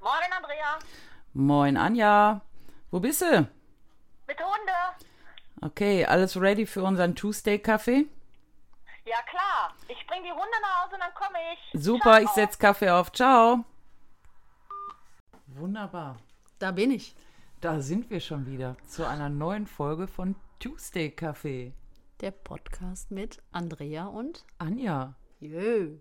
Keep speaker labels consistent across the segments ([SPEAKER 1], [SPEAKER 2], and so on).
[SPEAKER 1] Morgen, Andrea.
[SPEAKER 2] Moin, Anja. Wo bist du?
[SPEAKER 1] Mit Hunde.
[SPEAKER 2] Okay, alles ready für unseren Tuesday-Kaffee?
[SPEAKER 1] Ja, klar. Ich bringe die Hunde nach Hause und dann komme ich.
[SPEAKER 2] Super, ich
[SPEAKER 1] Ciao.
[SPEAKER 2] setz Kaffee auf. Ciao. Wunderbar.
[SPEAKER 3] Da bin ich.
[SPEAKER 2] Da sind wir schon wieder zu einer neuen Folge von Tuesday Kaffee.
[SPEAKER 3] Der Podcast mit Andrea und
[SPEAKER 2] Anja,
[SPEAKER 3] Jö.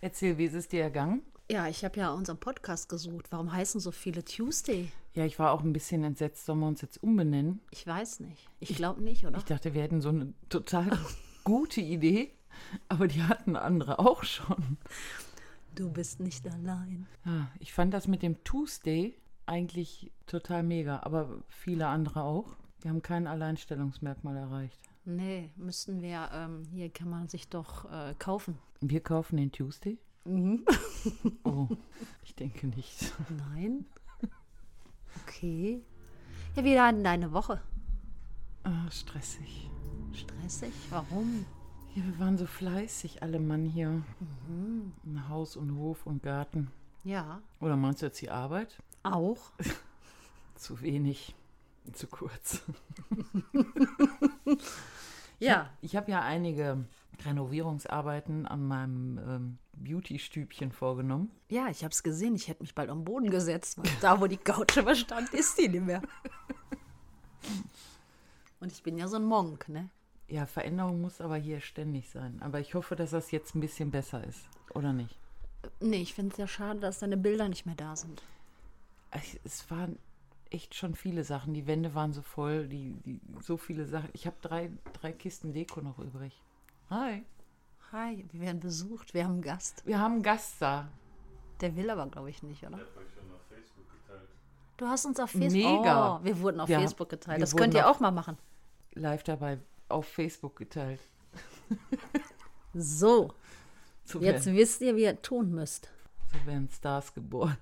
[SPEAKER 2] erzähl, wie ist es dir ergangen?
[SPEAKER 3] Ja, ich habe ja unseren Podcast gesucht. Warum heißen so viele Tuesday?
[SPEAKER 2] Ja, ich war auch ein bisschen entsetzt. Sollen wir uns jetzt umbenennen?
[SPEAKER 3] Ich weiß nicht. Ich glaube nicht, oder?
[SPEAKER 2] Ich dachte, wir hätten so eine total gute Idee, aber die hatten andere auch schon.
[SPEAKER 3] Du bist nicht allein.
[SPEAKER 2] Ja, Ah, ich fand das mit dem Tuesday eigentlich total mega, aber viele andere auch. Wir haben kein Alleinstellungsmerkmal erreicht.
[SPEAKER 3] Nee, müssten wir, ähm, hier kann man sich doch äh, kaufen.
[SPEAKER 2] Wir kaufen den Tuesday? oh, ich denke nicht.
[SPEAKER 3] Nein? Okay. Ja, wir hatten deine Woche.
[SPEAKER 2] Ah, stressig.
[SPEAKER 3] Stressig? Warum?
[SPEAKER 2] Ja, wir waren so fleißig, alle Mann hier. Ein Haus und Hof und Garten.
[SPEAKER 3] Ja,
[SPEAKER 2] Oder meinst du jetzt die Arbeit?
[SPEAKER 3] auch.
[SPEAKER 2] Zu wenig, zu kurz.
[SPEAKER 3] Ja.
[SPEAKER 2] Ich habe ja einige Renovierungsarbeiten an meinem ähm, Beauty-Stübchen vorgenommen.
[SPEAKER 3] Ja, ich habe es gesehen. Ich hätte mich bald am Boden gesetzt. Weil da, wo die Couch immer stand, ist die nicht mehr. Und ich bin ja so ein Monk, ne?
[SPEAKER 2] Ja, Veränderung muss aber hier ständig sein. Aber ich hoffe, dass das jetzt ein bisschen besser ist. Oder nicht?
[SPEAKER 3] Nee, ich finde es ja schade, dass deine Bilder nicht mehr da sind.
[SPEAKER 2] Es- Es waren echt schon viele Sachen. Die Wände waren so voll, die, die, so viele Sachen. Ich habe drei, drei Kisten Deko noch übrig. Hi.
[SPEAKER 3] Hi, wir werden besucht. Wir haben einen Gast.
[SPEAKER 2] Wir haben einen Gast da.
[SPEAKER 3] Der will aber, glaube ich, nicht, oder? Du hast uns auf Facebook
[SPEAKER 2] Mega.
[SPEAKER 3] Oh, wir wurden auf
[SPEAKER 2] Ja,
[SPEAKER 3] Facebook geteilt.
[SPEAKER 2] wir
[SPEAKER 3] Das könnt
[SPEAKER 2] wurden
[SPEAKER 3] ihr
[SPEAKER 2] auf-
[SPEAKER 3] auch mal machen.
[SPEAKER 2] Live dabei auf Facebook geteilt.
[SPEAKER 3] So,
[SPEAKER 2] So
[SPEAKER 3] jetzt
[SPEAKER 2] werden,
[SPEAKER 3] wisst ihr, wie ihr tun müsst.
[SPEAKER 2] so werden Stars geboren.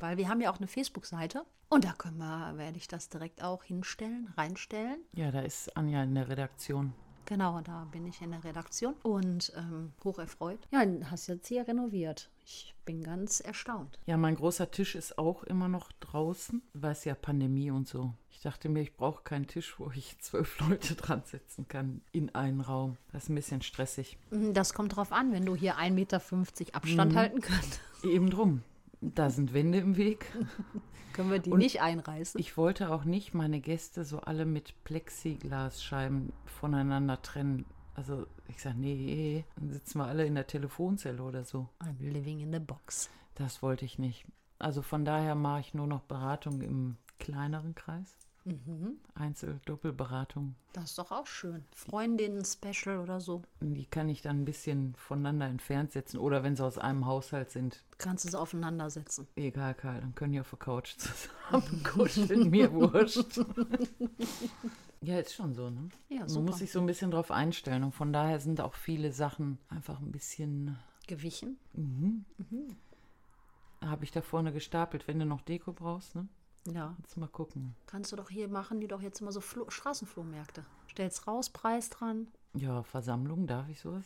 [SPEAKER 3] Weil wir haben ja auch eine Facebook-Seite. Und da können wir, werde ich das direkt auch hinstellen, reinstellen.
[SPEAKER 2] Ja, da ist Anja in der Redaktion.
[SPEAKER 3] Genau, da bin ich in der Redaktion und ähm, hocherfreut. Ja, hast jetzt hier renoviert. Ich bin ganz erstaunt.
[SPEAKER 2] Ja, mein großer Tisch ist auch immer noch draußen. Weiß ja, Pandemie und so. Ich dachte mir, ich brauche keinen Tisch, wo ich zwölf Leute dran setzen kann in einen Raum. Das ist ein bisschen stressig.
[SPEAKER 3] Mm, Das kommt drauf an, wenn du hier 1,50 Meter Abstand halten kannst,
[SPEAKER 2] Eben drum. Da sind Wände im Weg.
[SPEAKER 3] können wir die nicht einreißen.
[SPEAKER 2] Ich wollte auch nicht meine Gäste so alle mit Plexiglasscheiben voneinander trennen. Also ich sage, nee, dann sitzen wir alle in der Telefonzelle oder so.
[SPEAKER 3] I'm living in the box.
[SPEAKER 2] Das wollte ich nicht. Also von daher mache ich nur noch Beratung im kleineren Kreis. Einzel-, Doppelberatung.
[SPEAKER 3] Das ist doch auch schön. Freundinnen-Special oder so.
[SPEAKER 2] Die kann ich dann ein bisschen voneinander entfernt setzen. Oder wenn sie aus einem Haushalt sind,
[SPEAKER 3] Kannst es aufeinandersetzen.
[SPEAKER 2] egal, Karl, dann können die auf der Couch zusammen kuscheln. mir wurscht. ja, ist schon so, ne?
[SPEAKER 3] Ja,
[SPEAKER 2] Man
[SPEAKER 3] super.
[SPEAKER 2] muss sich so ein bisschen drauf einstellen. Und von daher sind auch viele Sachen einfach ein bisschen.
[SPEAKER 3] Gewichen?
[SPEAKER 2] Habe ich da vorne gestapelt. Wenn du noch Deko brauchst, ne?
[SPEAKER 3] Ja.
[SPEAKER 2] Jetzt mal gucken.
[SPEAKER 3] Kannst du doch hier machen, die doch jetzt immer so Flo Straßenflohmärkte. Stellst raus, Preis dran.
[SPEAKER 2] Ja, Versammlung, darf ich sowas?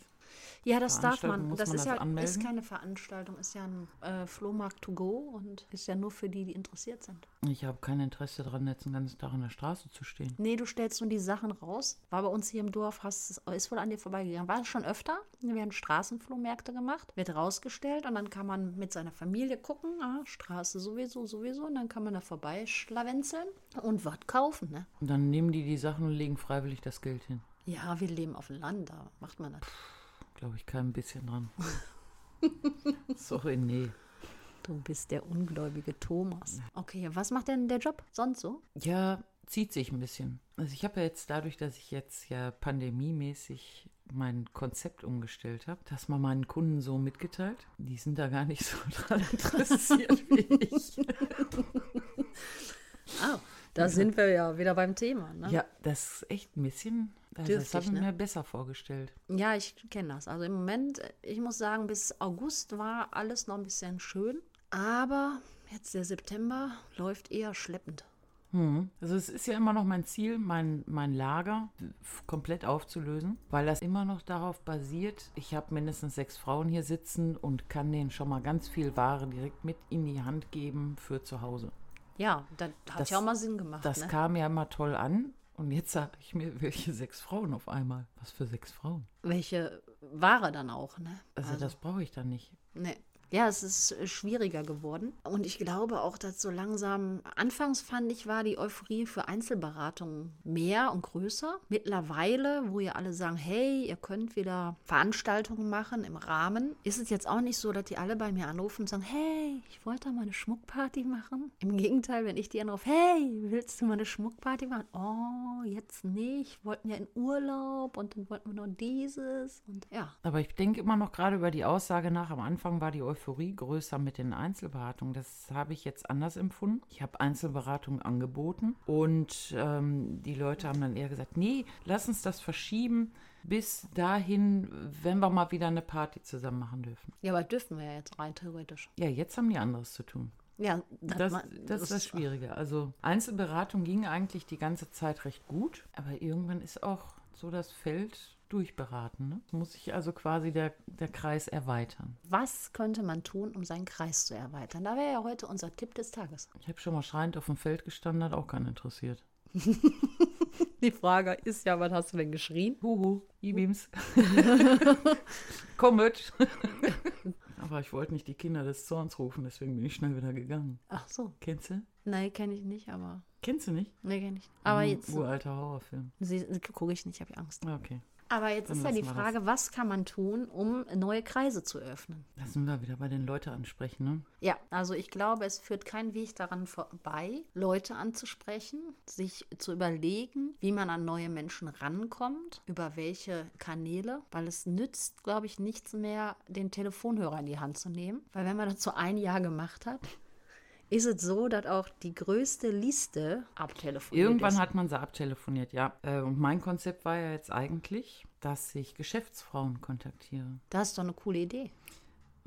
[SPEAKER 3] Ja, das darf
[SPEAKER 2] Veranstaltung,
[SPEAKER 3] man.
[SPEAKER 2] muss
[SPEAKER 3] Das
[SPEAKER 2] man
[SPEAKER 3] ist
[SPEAKER 2] das
[SPEAKER 3] ja
[SPEAKER 2] anmelden?
[SPEAKER 3] ist keine Veranstaltung, ist ja ein äh, Flohmarkt to go und ist ja nur für die, die interessiert sind.
[SPEAKER 2] Ich habe kein Interesse daran, jetzt den ganzen Tag in der Straße zu stehen.
[SPEAKER 3] Nee, du stellst nur die Sachen raus. War bei uns hier im Dorf, hast, es- ist wohl an dir vorbeigegangen. War es schon öfter? Wir werden Straßenflohmärkte gemacht, wird rausgestellt und dann kann man mit seiner Familie gucken. Ah, Straße sowieso, sowieso. Und dann kann man da vorbeischlawenzeln und was kaufen, ne?
[SPEAKER 2] Und dann nehmen die die Sachen und legen freiwillig das Geld hin.
[SPEAKER 3] Ja, wir leben auf dem Land, da macht man das.
[SPEAKER 2] Glaube ich kein bisschen dran. Sorry, nee.
[SPEAKER 3] Du bist der ungläubige Thomas. Okay, was macht denn der Job sonst so?
[SPEAKER 2] Ja, zieht sich ein bisschen. Also ich habe ja jetzt dadurch, dass ich jetzt ja pandemiemäßig mein Konzept umgestellt habe, das mal meinen Kunden so mitgeteilt. Die sind da gar nicht so dran interessiert wie ich.
[SPEAKER 3] Ah, da sind wir ja wieder beim Thema. Ne?
[SPEAKER 2] Ja, das ist echt ein bisschen, also das
[SPEAKER 3] Dürftig,
[SPEAKER 2] habe ich
[SPEAKER 3] ne?
[SPEAKER 2] mir besser vorgestellt.
[SPEAKER 3] Ja, ich kenne das. Also im Moment, ich muss sagen, bis August war alles noch ein bisschen schön. Aber jetzt der September läuft eher schleppend.
[SPEAKER 2] Also es ist ja immer noch mein Ziel, mein, mein Lager f- komplett aufzulösen, weil das immer noch darauf basiert, ich habe mindestens sechs Frauen hier sitzen und kann denen schon mal ganz viel Ware direkt mit in die Hand geben für zu Hause.
[SPEAKER 3] Ja, das hat
[SPEAKER 2] Das-
[SPEAKER 3] ja auch mal Sinn gemacht.
[SPEAKER 2] Das
[SPEAKER 3] ne?
[SPEAKER 2] kam ja immer toll an und jetzt sage ich mir, welche sechs Frauen auf einmal? Was für sechs Frauen?
[SPEAKER 3] Welche Ware dann auch, ne?
[SPEAKER 2] Also, das brauche ich dann nicht.
[SPEAKER 3] Nee. Ne. Ja, es ist äh, schwieriger geworden. Und ich glaube auch, dass so langsam, anfangs fand ich, war die Euphorie für Einzelberatungen mehr und größer. Mittlerweile, wo ihr alle sagen, hey, ihr könnt wieder Veranstaltungen machen im Rahmen, ist es jetzt auch nicht so, dass die alle bei mir anrufen und sagen, hey, ich wollte da mal eine Schmuckparty machen. Im Gegenteil, wenn ich die anrufe, hey, willst du mal eine Schmuckparty machen? Oh, jetzt nicht, wollten ja in Urlaub und dann wollten wir nur dieses und ja.
[SPEAKER 2] Aber ich denke immer noch gerade über die Aussage nach, am Anfang war die Euphorie größer mit den Einzelberatungen. Das habe ich jetzt anders empfunden. Ich habe Einzelberatungen angeboten und ähm, die Leute haben dann eher gesagt, nee, lass uns das verschieben bis dahin, wenn wir mal wieder eine Party zusammen machen dürfen.
[SPEAKER 3] Ja, aber dürfen wir ja jetzt rein theoretisch.
[SPEAKER 2] Ja, jetzt haben die anderes zu tun.
[SPEAKER 3] Ja, das,
[SPEAKER 2] Das,
[SPEAKER 3] man-
[SPEAKER 2] das ist das Schwierige. Also Einzelberatung ging eigentlich die ganze Zeit recht gut, aber irgendwann ist auch so das Feld durchberaten. Ne? Muss sich also quasi der, der Kreis erweitern.
[SPEAKER 3] Was könnte man tun, um seinen Kreis zu erweitern? Da wäre ja heute unser Tipp des Tages.
[SPEAKER 2] Ich habe schon mal schreiend auf dem Feld gestanden, hat auch keinen interessiert.
[SPEAKER 3] Die Frage ist ja, wann hast du denn geschrien?
[SPEAKER 2] Huhu, E-Beams. Komm mit. Aber ich wollte nicht die Kinder des Zorns rufen, deswegen bin ich schnell wieder gegangen.
[SPEAKER 3] Ach so.
[SPEAKER 2] Kennst du?
[SPEAKER 3] Nee, kenne ich nicht, aber.
[SPEAKER 2] Kennst du nicht?
[SPEAKER 3] Nee, kenne ich nicht. Aber
[SPEAKER 2] Ein
[SPEAKER 3] jetzt.
[SPEAKER 2] Uralter Horrorfilm.
[SPEAKER 3] Sie, gucke ich nicht, habe ich Angst.
[SPEAKER 2] Ah, Okay.
[SPEAKER 3] Aber jetzt
[SPEAKER 2] Dann
[SPEAKER 3] ist ja die
[SPEAKER 2] lassen wir das.
[SPEAKER 3] Frage, was kann man tun, um neue Kreise zu öffnen?
[SPEAKER 2] Da sind wir wieder bei den Leuten ansprechen, ne?
[SPEAKER 3] Ja, also ich glaube, es führt kein Weg daran vorbei, Leute anzusprechen, sich zu überlegen, wie man an neue Menschen rankommt, über welche Kanäle, weil es nützt, glaube ich, nichts mehr, den Telefonhörer in die Hand zu nehmen, weil wenn man das so ein Jahr gemacht hat, ist es so, dass auch die größte Liste abtelefoniert
[SPEAKER 2] Irgendwann
[SPEAKER 3] ist.
[SPEAKER 2] hat man sie abtelefoniert, ja. Äh, Und mein Konzept war ja jetzt eigentlich, dass ich Geschäftsfrauen kontaktiere.
[SPEAKER 3] Das ist doch eine coole Idee.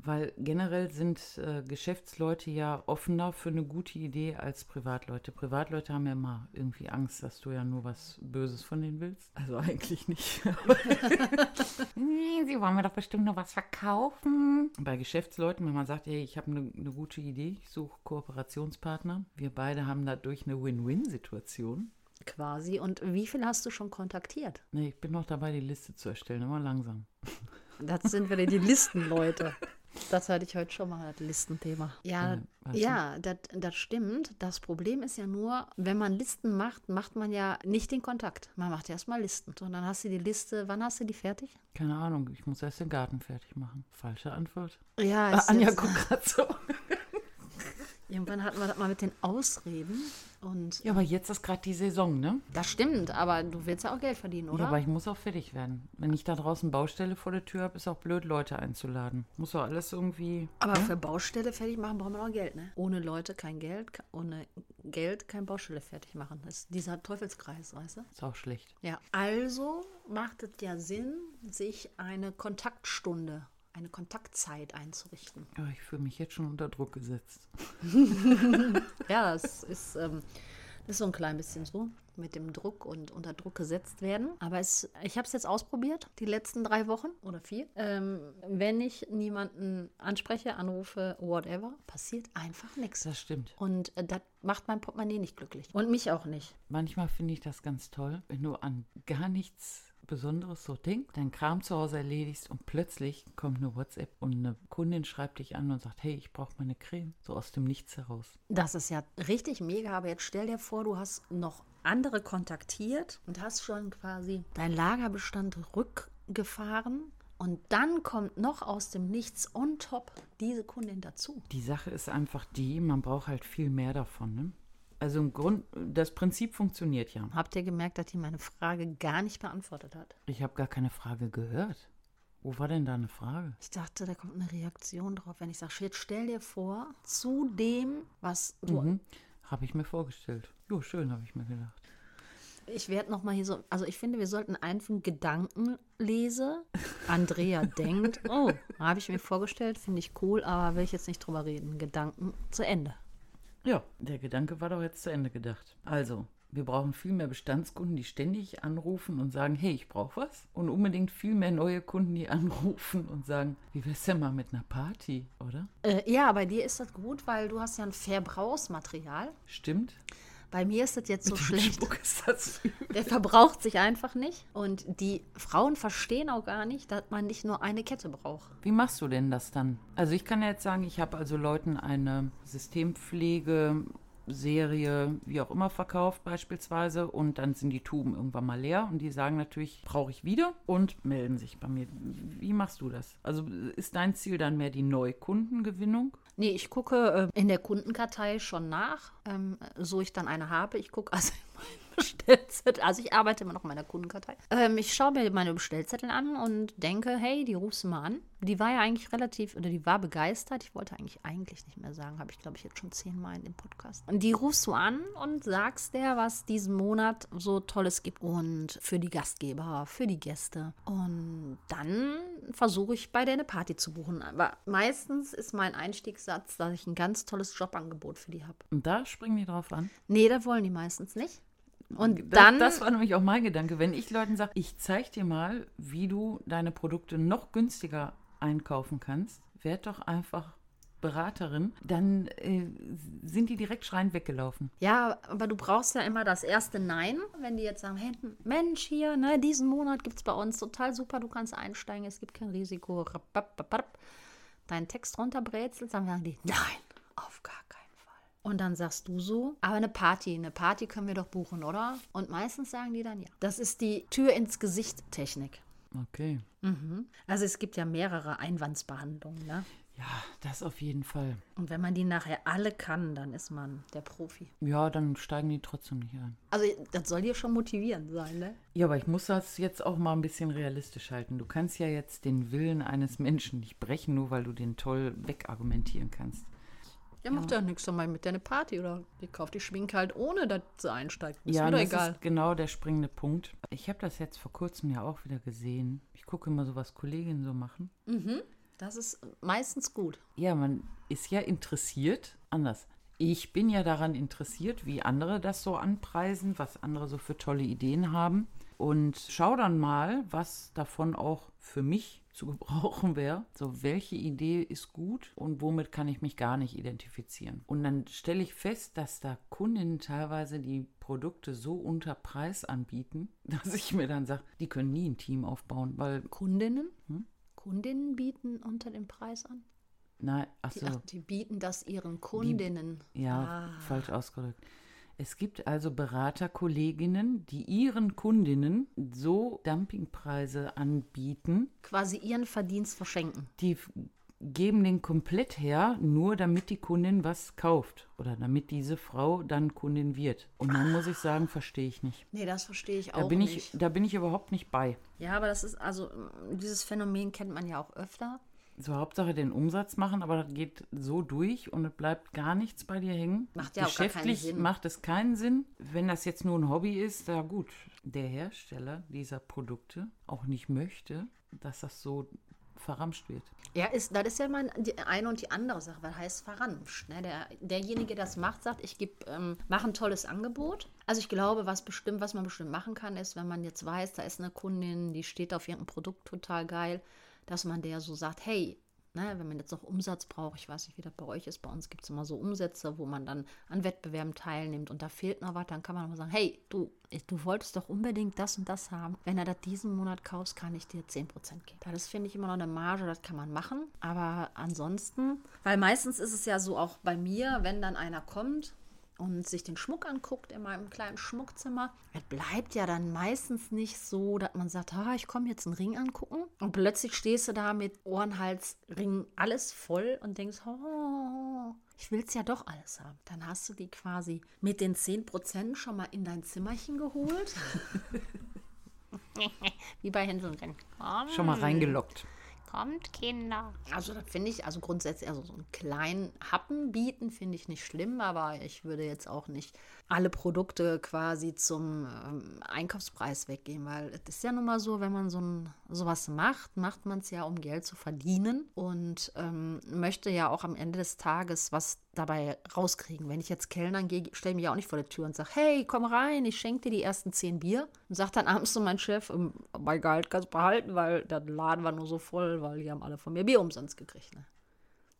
[SPEAKER 2] Weil generell sind äh, Geschäftsleute ja offener für eine gute Idee als Privatleute. Privatleute haben ja immer irgendwie Angst, dass du ja nur was Böses von denen willst. Also eigentlich nicht. Nee, Sie wollen mir doch bestimmt nur was verkaufen. Bei Geschäftsleuten, wenn man sagt, hey, ich habe eine ne gute Idee, ich suche Kooperationspartner. Wir beide haben dadurch eine Win-Win-Situation.
[SPEAKER 3] Quasi. Und wie viel hast du schon kontaktiert?
[SPEAKER 2] Nee, ich bin noch dabei, die Liste zu erstellen, aber langsam.
[SPEAKER 3] Das sind wieder die Listenleute. Das hatte ich heute schon mal, das Listenthema. Ja,
[SPEAKER 2] Ja, weißt du?
[SPEAKER 3] ja das, das stimmt. Das Problem ist ja nur, wenn man Listen macht, macht man ja nicht den Kontakt. Man macht erstmal Listen. Und dann hast du die Liste, wann hast du die fertig?
[SPEAKER 2] Keine Ahnung, ich muss erst den Garten fertig machen. Falsche Antwort.
[SPEAKER 3] Ja,
[SPEAKER 2] Ah,
[SPEAKER 3] ist
[SPEAKER 2] Anja
[SPEAKER 3] jetzt-
[SPEAKER 2] guckt gerade so.
[SPEAKER 3] irgendwann hatten wir das mal mit den Ausreden. Und
[SPEAKER 2] Ja, aber jetzt ist gerade die Saison, ne?
[SPEAKER 3] das stimmt, aber du willst ja auch Geld verdienen,
[SPEAKER 2] Ja, aber
[SPEAKER 3] oder?
[SPEAKER 2] ich muss auch fertig werden. Wenn ich da draußen Baustelle vor der Tür habe, ist auch blöd, Leute einzuladen. Muss doch alles irgendwie.
[SPEAKER 3] Aber für Baustelle fertig machen braucht man auch Geld, ne? Ohne Leute kein Geld, ke- ohne Geld kein Baustelle fertig machen. Das ist dieser Teufelskreis, weißt du?
[SPEAKER 2] Ist auch schlecht.
[SPEAKER 3] Ja, also macht es ja Sinn, sich eine Kontaktstunde, eine Kontaktzeit einzurichten.
[SPEAKER 2] Aber ich fühle mich jetzt schon unter Druck gesetzt.
[SPEAKER 3] Ja, das ist, ähm, das ist so ein klein bisschen so mit dem Druck und unter Druck gesetzt werden. Aber es, ich habe es jetzt ausprobiert, die letzten drei Wochen oder vier. Ähm, wenn ich niemanden anspreche, anrufe, whatever, passiert einfach nichts.
[SPEAKER 2] Das stimmt.
[SPEAKER 3] Und äh, das macht mein Portemonnaie nicht glücklich. Und mich auch nicht.
[SPEAKER 2] Manchmal finde ich das ganz toll, wenn du an gar nichts Besonderes so denkst, dein Kram zu Hause erledigst und plötzlich kommt eine WhatsApp und eine Kundin schreibt dich an und sagt, hey, ich brauche meine Creme. So aus dem Nichts heraus.
[SPEAKER 3] Das ist ja richtig mega, aber jetzt stell dir vor, du hast noch andere kontaktiert und hast schon quasi deinen Lagerbestand rückgefahren und dann kommt noch aus dem Nichts on top diese Kundin dazu.
[SPEAKER 2] Die Sache ist einfach die, man braucht halt viel mehr davon. Ne? Also im Grund, das Prinzip funktioniert ja.
[SPEAKER 3] Habt ihr gemerkt, dass die meine Frage gar nicht beantwortet hat?
[SPEAKER 2] Ich habe gar keine Frage gehört. Wo war denn da eine Frage?
[SPEAKER 3] Ich dachte, da kommt eine Reaktion drauf, wenn ich sage, jetzt stell dir vor, zu dem, was du
[SPEAKER 2] Hm? Habe ich mir vorgestellt. Jo, schön, habe ich mir gedacht.
[SPEAKER 3] Ich werde nochmal hier so, also ich finde, wir sollten einfach einen Gedankenlese. Andrea denkt, oh, habe ich mir vorgestellt, finde ich cool, aber will ich jetzt nicht drüber reden. Gedanken zu Ende.
[SPEAKER 2] Ja, der Gedanke war doch jetzt zu Ende gedacht. Also, wir brauchen viel mehr Bestandskunden, die ständig anrufen und sagen, hey, ich brauche was. Und unbedingt viel mehr neue Kunden, die anrufen und sagen, wie wär's denn mal mit einer Party, oder?
[SPEAKER 3] Äh, ja, bei dir ist das gut, weil du hast ja ein Verbrauchsmaterial.
[SPEAKER 2] Stimmt?
[SPEAKER 3] Bei mir ist das jetzt so
[SPEAKER 2] Mit dem
[SPEAKER 3] schlecht.
[SPEAKER 2] Spuck ist das
[SPEAKER 3] Der verbraucht sich einfach nicht. Und die Frauen verstehen auch gar nicht, dass man nicht nur eine Kette braucht.
[SPEAKER 2] Wie machst du denn das dann? Also ich kann ja jetzt sagen, ich habe also Leuten eine Systempflege. Serie, wie auch immer, verkauft beispielsweise und dann sind die Tuben irgendwann mal leer und die sagen natürlich, brauche ich wieder und melden sich bei mir. Wie machst du das? Also ist dein Ziel dann mehr die Neukundengewinnung?
[SPEAKER 3] Nee, ich gucke äh, in der Kundenkartei schon nach, ähm, so ich dann eine habe. Ich gucke also in meinen Bestellzettel. Also ich arbeite immer noch in meiner Kundenkartei. Ähm, ich schaue mir meine Bestellzettel an und denke, hey, die rufst du mal an. Die war ja eigentlich relativ, oder die war begeistert. Ich wollte eigentlich eigentlich nicht mehr sagen, habe ich glaube ich jetzt schon zehnmal in dem Podcast. Und die rufst du an und sagst der, was diesen Monat so Tolles gibt und für die Gastgeber, für die Gäste. Und dann versuche ich bei der eine Party zu buchen. Aber meistens ist mein Einstiegssatz, dass ich ein ganz tolles Jobangebot für die habe.
[SPEAKER 2] Und da springen die drauf an.
[SPEAKER 3] Nee, das wollen die meistens nicht. Und
[SPEAKER 2] Das-
[SPEAKER 3] dann.
[SPEAKER 2] das war nämlich auch mein Gedanke, wenn ich Leuten sage, ich zeige dir mal, wie du deine Produkte noch günstiger einkaufen kannst, werd doch einfach Beraterin, dann äh, sind die direkt schreiend weggelaufen.
[SPEAKER 3] Ja, aber du brauchst ja immer das erste Nein, wenn die jetzt sagen, hey, Mensch, hier, ne, diesen Monat gibt es bei uns total super, du kannst einsteigen, es gibt kein Risiko. Rappapapap. Deinen Text runterbrätselst, dann sagen die, nein, auf gar keinen Fall. Und dann sagst du so, aber eine Party, eine Party können wir doch buchen, oder? Und meistens sagen die dann ja. Das ist die Tür ins Gesicht-Technik.
[SPEAKER 2] Okay.
[SPEAKER 3] Mhm. Also es gibt ja mehrere Einwandsbehandlungen, ne?
[SPEAKER 2] Ja, das auf jeden Fall.
[SPEAKER 3] Und wenn man die nachher alle kann, dann ist man der Profi.
[SPEAKER 2] Ja, dann steigen die trotzdem nicht ein.
[SPEAKER 3] Also das soll dir schon motivierend sein, ne?
[SPEAKER 2] Ja, aber ich muss das jetzt auch mal ein bisschen realistisch halten. Du kannst ja jetzt den Willen eines Menschen nicht brechen, nur weil du den toll wegargumentieren kannst.
[SPEAKER 3] Der macht ja nichts einmal mit deiner Party oder die kauft die Schminke halt ohne, dass sie einsteigt. Ist
[SPEAKER 2] Ja,
[SPEAKER 3] mir
[SPEAKER 2] und
[SPEAKER 3] doch
[SPEAKER 2] das
[SPEAKER 3] egal.
[SPEAKER 2] ist genau der springende Punkt. Ich habe das jetzt vor kurzem ja auch wieder gesehen. Ich gucke immer so, was Kolleginnen so machen.
[SPEAKER 3] das ist meistens gut.
[SPEAKER 2] Ja, man ist ja interessiert. Anders. Ich bin ja daran interessiert, wie andere das so anpreisen, was andere so für tolle Ideen haben. Und schau dann mal, was davon auch für mich zu gebrauchen wäre. So, welche Idee ist gut und womit kann ich mich gar nicht identifizieren? Und dann stelle ich fest, dass da Kundinnen teilweise die Produkte so unter Preis anbieten, dass ich mir dann sage, die können nie ein Team aufbauen, weil,
[SPEAKER 3] Kundinnen? Kundinnen bieten unter dem Preis an?
[SPEAKER 2] nein, ach
[SPEAKER 3] Die,
[SPEAKER 2] so.
[SPEAKER 3] ach, die bieten das ihren Kundinnen.
[SPEAKER 2] Ja,
[SPEAKER 3] Ah.
[SPEAKER 2] falsch ausgedrückt. Es gibt also Beraterkolleginnen, die ihren Kundinnen so Dumpingpreise anbieten,
[SPEAKER 3] Quasi ihren Verdienst verschenken.
[SPEAKER 2] die f- geben den komplett her, nur damit die Kundin was kauft oder damit diese Frau dann Kundin wird. Und dann muss ich sagen, verstehe ich nicht.
[SPEAKER 3] Nee, das verstehe ich Ah. auch
[SPEAKER 2] Da bin ich,
[SPEAKER 3] nicht.
[SPEAKER 2] da bin ich überhaupt nicht bei.
[SPEAKER 3] Ja, aber das ist, also, ähm, dieses Phänomen kennt man ja auch öfter.
[SPEAKER 2] So Hauptsache den Umsatz machen, aber das geht so durch und es bleibt gar nichts bei dir hängen.
[SPEAKER 3] Macht ja auch gar keinen
[SPEAKER 2] Geschäftlich
[SPEAKER 3] Sinn.
[SPEAKER 2] macht es keinen Sinn. Wenn das jetzt nur ein Hobby ist, na gut, der Hersteller dieser Produkte auch nicht möchte, dass das so verramscht wird.
[SPEAKER 3] Ja, ist, das ist ja mal die eine und die andere Sache, weil heißt verramscht. Ne? Der, derjenige, der das macht, sagt, ich gebe, ähm, mache ein tolles Angebot. Also ich glaube, was bestimmt, was man bestimmt machen kann, ist, wenn man jetzt weiß, da ist eine Kundin, die steht auf irgendein Produkt total geil, dass man der so sagt, hey, ne, wenn man jetzt noch Umsatz braucht, ich weiß nicht, wie das bei euch ist, bei uns gibt es immer so Umsätze, wo man dann an Wettbewerben teilnimmt und da fehlt noch was, dann kann man immer sagen, hey, du, du wolltest doch unbedingt das und das haben. Wenn du das diesen Monat kaufst, kann ich dir 10% geben. Das finde ich immer noch eine Marge, das kann man machen. Aber ansonsten, weil meistens ist es ja so auch bei mir, wenn dann einer kommt und sich den Schmuck anguckt in meinem kleinen Schmuckzimmer, es bleibt ja dann meistens nicht so, dass man sagt, ah, ich komme jetzt einen Ring angucken und plötzlich stehst du da mit Ohren, Hals, Ring, alles voll und denkst, oh, ich will es ja doch alles haben. Dann hast du die quasi mit den 10% schon mal in dein Zimmerchen geholt. Wie bei Hänsel und Gretel.
[SPEAKER 2] Schon
[SPEAKER 3] Hm.
[SPEAKER 2] mal reingelockt.
[SPEAKER 4] Kommt, Kinder.
[SPEAKER 3] Also das finde ich, also grundsätzlich, also so einen kleinen Happen bieten, finde ich nicht schlimm, aber ich würde jetzt auch nicht alle Produkte quasi zum ähm, Einkaufspreis weggeben, weil es ist ja nun mal so, wenn man so ein, sowas macht, macht man es ja, um Geld zu verdienen und ähm, möchte ja auch am Ende des Tages was dabei rauskriegen. Wenn ich jetzt Kellnern gehe, stelle ich mich ja auch nicht vor der Tür und sage, hey, komm rein, ich schenke dir die ersten zehn Bier. Und sagt dann abends zu meinem Chef, "Ähm, mein Gehalt kannst du behalten, weil der Laden war nur so voll, weil die haben alle von mir Bier umsonst gekriegt. Ne?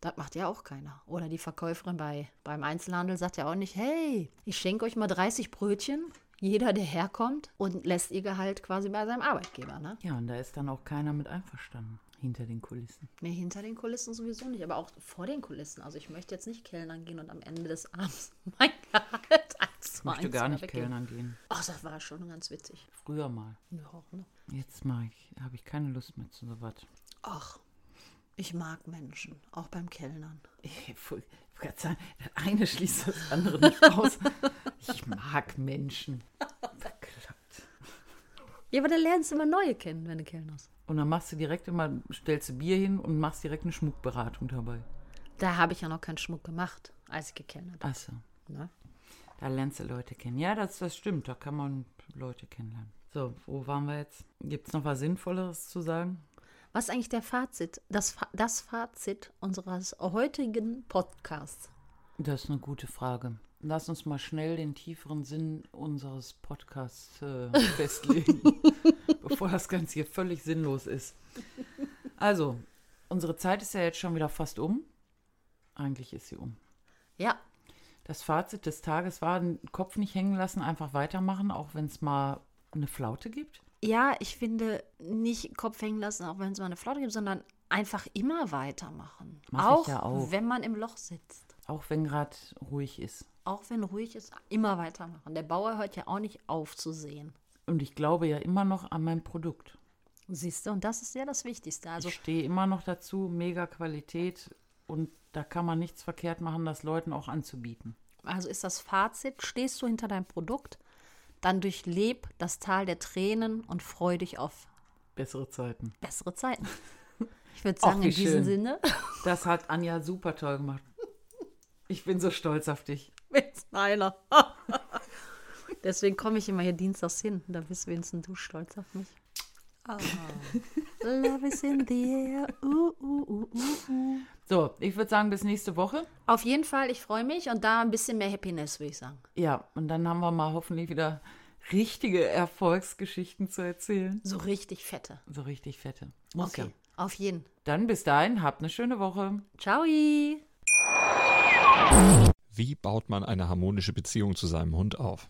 [SPEAKER 3] Das macht ja auch keiner. Oder die Verkäuferin bei, beim Einzelhandel sagt ja auch nicht, hey, ich schenke euch mal 30 Brötchen, jeder, der herkommt, und lässt ihr Gehalt quasi bei seinem Arbeitgeber. Ne?
[SPEAKER 2] Ja, und da ist dann auch keiner mit einverstanden hinter den Kulissen.
[SPEAKER 3] Nee, hinter den Kulissen sowieso nicht, aber auch vor den Kulissen. Also ich möchte jetzt nicht Kellnern gehen und am Ende des Abends mein Gehalt eins
[SPEAKER 2] Ich
[SPEAKER 3] zu
[SPEAKER 2] möchte
[SPEAKER 3] eins
[SPEAKER 2] gar nicht
[SPEAKER 3] weggeben.
[SPEAKER 2] Kellnern gehen.
[SPEAKER 3] Ach, das war schon ganz witzig.
[SPEAKER 2] Früher mal.
[SPEAKER 3] Ja, auch, ne?
[SPEAKER 2] Jetzt mache ich, habe ich keine Lust mehr zu sowas.
[SPEAKER 3] Ach, ich mag Menschen, auch beim Kellnern.
[SPEAKER 2] Ich wollte gerade sagen, das eine schließt das andere nicht aus. Ich mag Menschen. Verklappt.
[SPEAKER 3] Ja, aber da lernst du immer neue kennen, wenn du kellnerst.
[SPEAKER 2] Und dann machst du direkt immer, stellst du Bier hin und machst direkt eine Schmuckberatung dabei.
[SPEAKER 3] Da habe ich ja noch keinen Schmuck gemacht, als ich gekellnert
[SPEAKER 2] Achso,
[SPEAKER 3] habe. Ne?
[SPEAKER 2] da lernst du Leute kennen. Ja, das, das stimmt, da kann man Leute kennenlernen. So, wo waren wir jetzt? Gibt es noch was Sinnvolleres zu sagen?
[SPEAKER 3] Was ist eigentlich der Fazit, das, Fa- das Fazit unseres heutigen Podcasts?
[SPEAKER 2] Das ist eine gute Frage. Lass uns mal schnell den tieferen Sinn unseres Podcasts äh, festlegen, bevor das Ganze hier völlig sinnlos ist. Also, unsere Zeit ist ja jetzt schon wieder fast um. Eigentlich ist sie um.
[SPEAKER 3] Ja,
[SPEAKER 2] Das Fazit des Tages war, den Kopf nicht hängen lassen, einfach weitermachen, auch wenn es mal eine Flaute gibt.
[SPEAKER 3] Ja, ich finde, nicht Kopf hängen lassen, auch wenn es mal eine Flaute gibt, sondern einfach immer weitermachen.
[SPEAKER 2] Mach ich
[SPEAKER 3] auch,
[SPEAKER 2] ja auch.
[SPEAKER 3] wenn man im Loch sitzt.
[SPEAKER 2] Auch wenn gerade ruhig ist.
[SPEAKER 3] Auch wenn ruhig ist, immer weitermachen. Der Bauer hört ja auch nicht auf zu sehen.
[SPEAKER 2] Und ich glaube ja immer noch an mein Produkt.
[SPEAKER 3] Siehst du, und das ist ja das Wichtigste. Also,
[SPEAKER 2] ich stehe immer noch dazu, mega Qualität und da kann man nichts verkehrt machen, das Leuten auch anzubieten.
[SPEAKER 3] also ist das Fazit, stehst du hinter deinem Produkt, dann durchleb das Tal der Tränen und freu dich auf
[SPEAKER 2] Bessere Zeiten.
[SPEAKER 3] bessere Zeiten. Ich würde
[SPEAKER 2] Ach,
[SPEAKER 3] sagen,
[SPEAKER 2] wie
[SPEAKER 3] in diesem
[SPEAKER 2] schön.
[SPEAKER 3] Sinne,
[SPEAKER 2] Das hat Anja super toll gemacht. Ich bin so stolz auf dich.
[SPEAKER 3] wenn's einer. Deswegen komme ich immer hier dienstags hin. Da bist wenigstens du stolz auf mich. Ah. Love is in the air. Uh, uh, uh, uh, uh.
[SPEAKER 2] So, ich würde sagen, bis nächste Woche.
[SPEAKER 3] Auf jeden Fall, ich freue mich und da ein bisschen mehr Happiness, würde ich sagen.
[SPEAKER 2] Ja, und dann haben wir mal hoffentlich wieder richtige Erfolgsgeschichten zu erzählen.
[SPEAKER 3] So richtig fette.
[SPEAKER 2] So richtig fette. Muss
[SPEAKER 3] Okay,
[SPEAKER 2] ja.
[SPEAKER 3] auf jeden.
[SPEAKER 2] Dann bis dahin, habt eine schöne Woche.
[SPEAKER 3] Ciao.
[SPEAKER 5] Wie baut man eine harmonische Beziehung zu seinem Hund auf?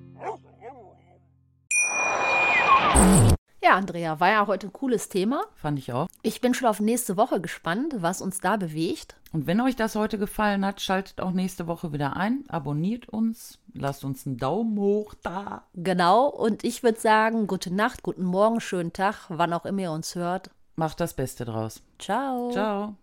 [SPEAKER 3] Ja, Andrea, war ja heute ein cooles Thema.
[SPEAKER 2] Fand ich auch.
[SPEAKER 3] Ich bin schon auf nächste Woche gespannt, was uns da bewegt.
[SPEAKER 2] Und wenn euch das heute gefallen hat, schaltet auch nächste Woche wieder ein. Abonniert uns. Lasst uns einen Daumen hoch da.
[SPEAKER 3] Genau, und ich würde sagen, gute Nacht, guten Morgen, schönen Tag, wann auch immer ihr uns hört.
[SPEAKER 2] Macht das Beste draus.
[SPEAKER 3] Ciao.
[SPEAKER 2] Ciao.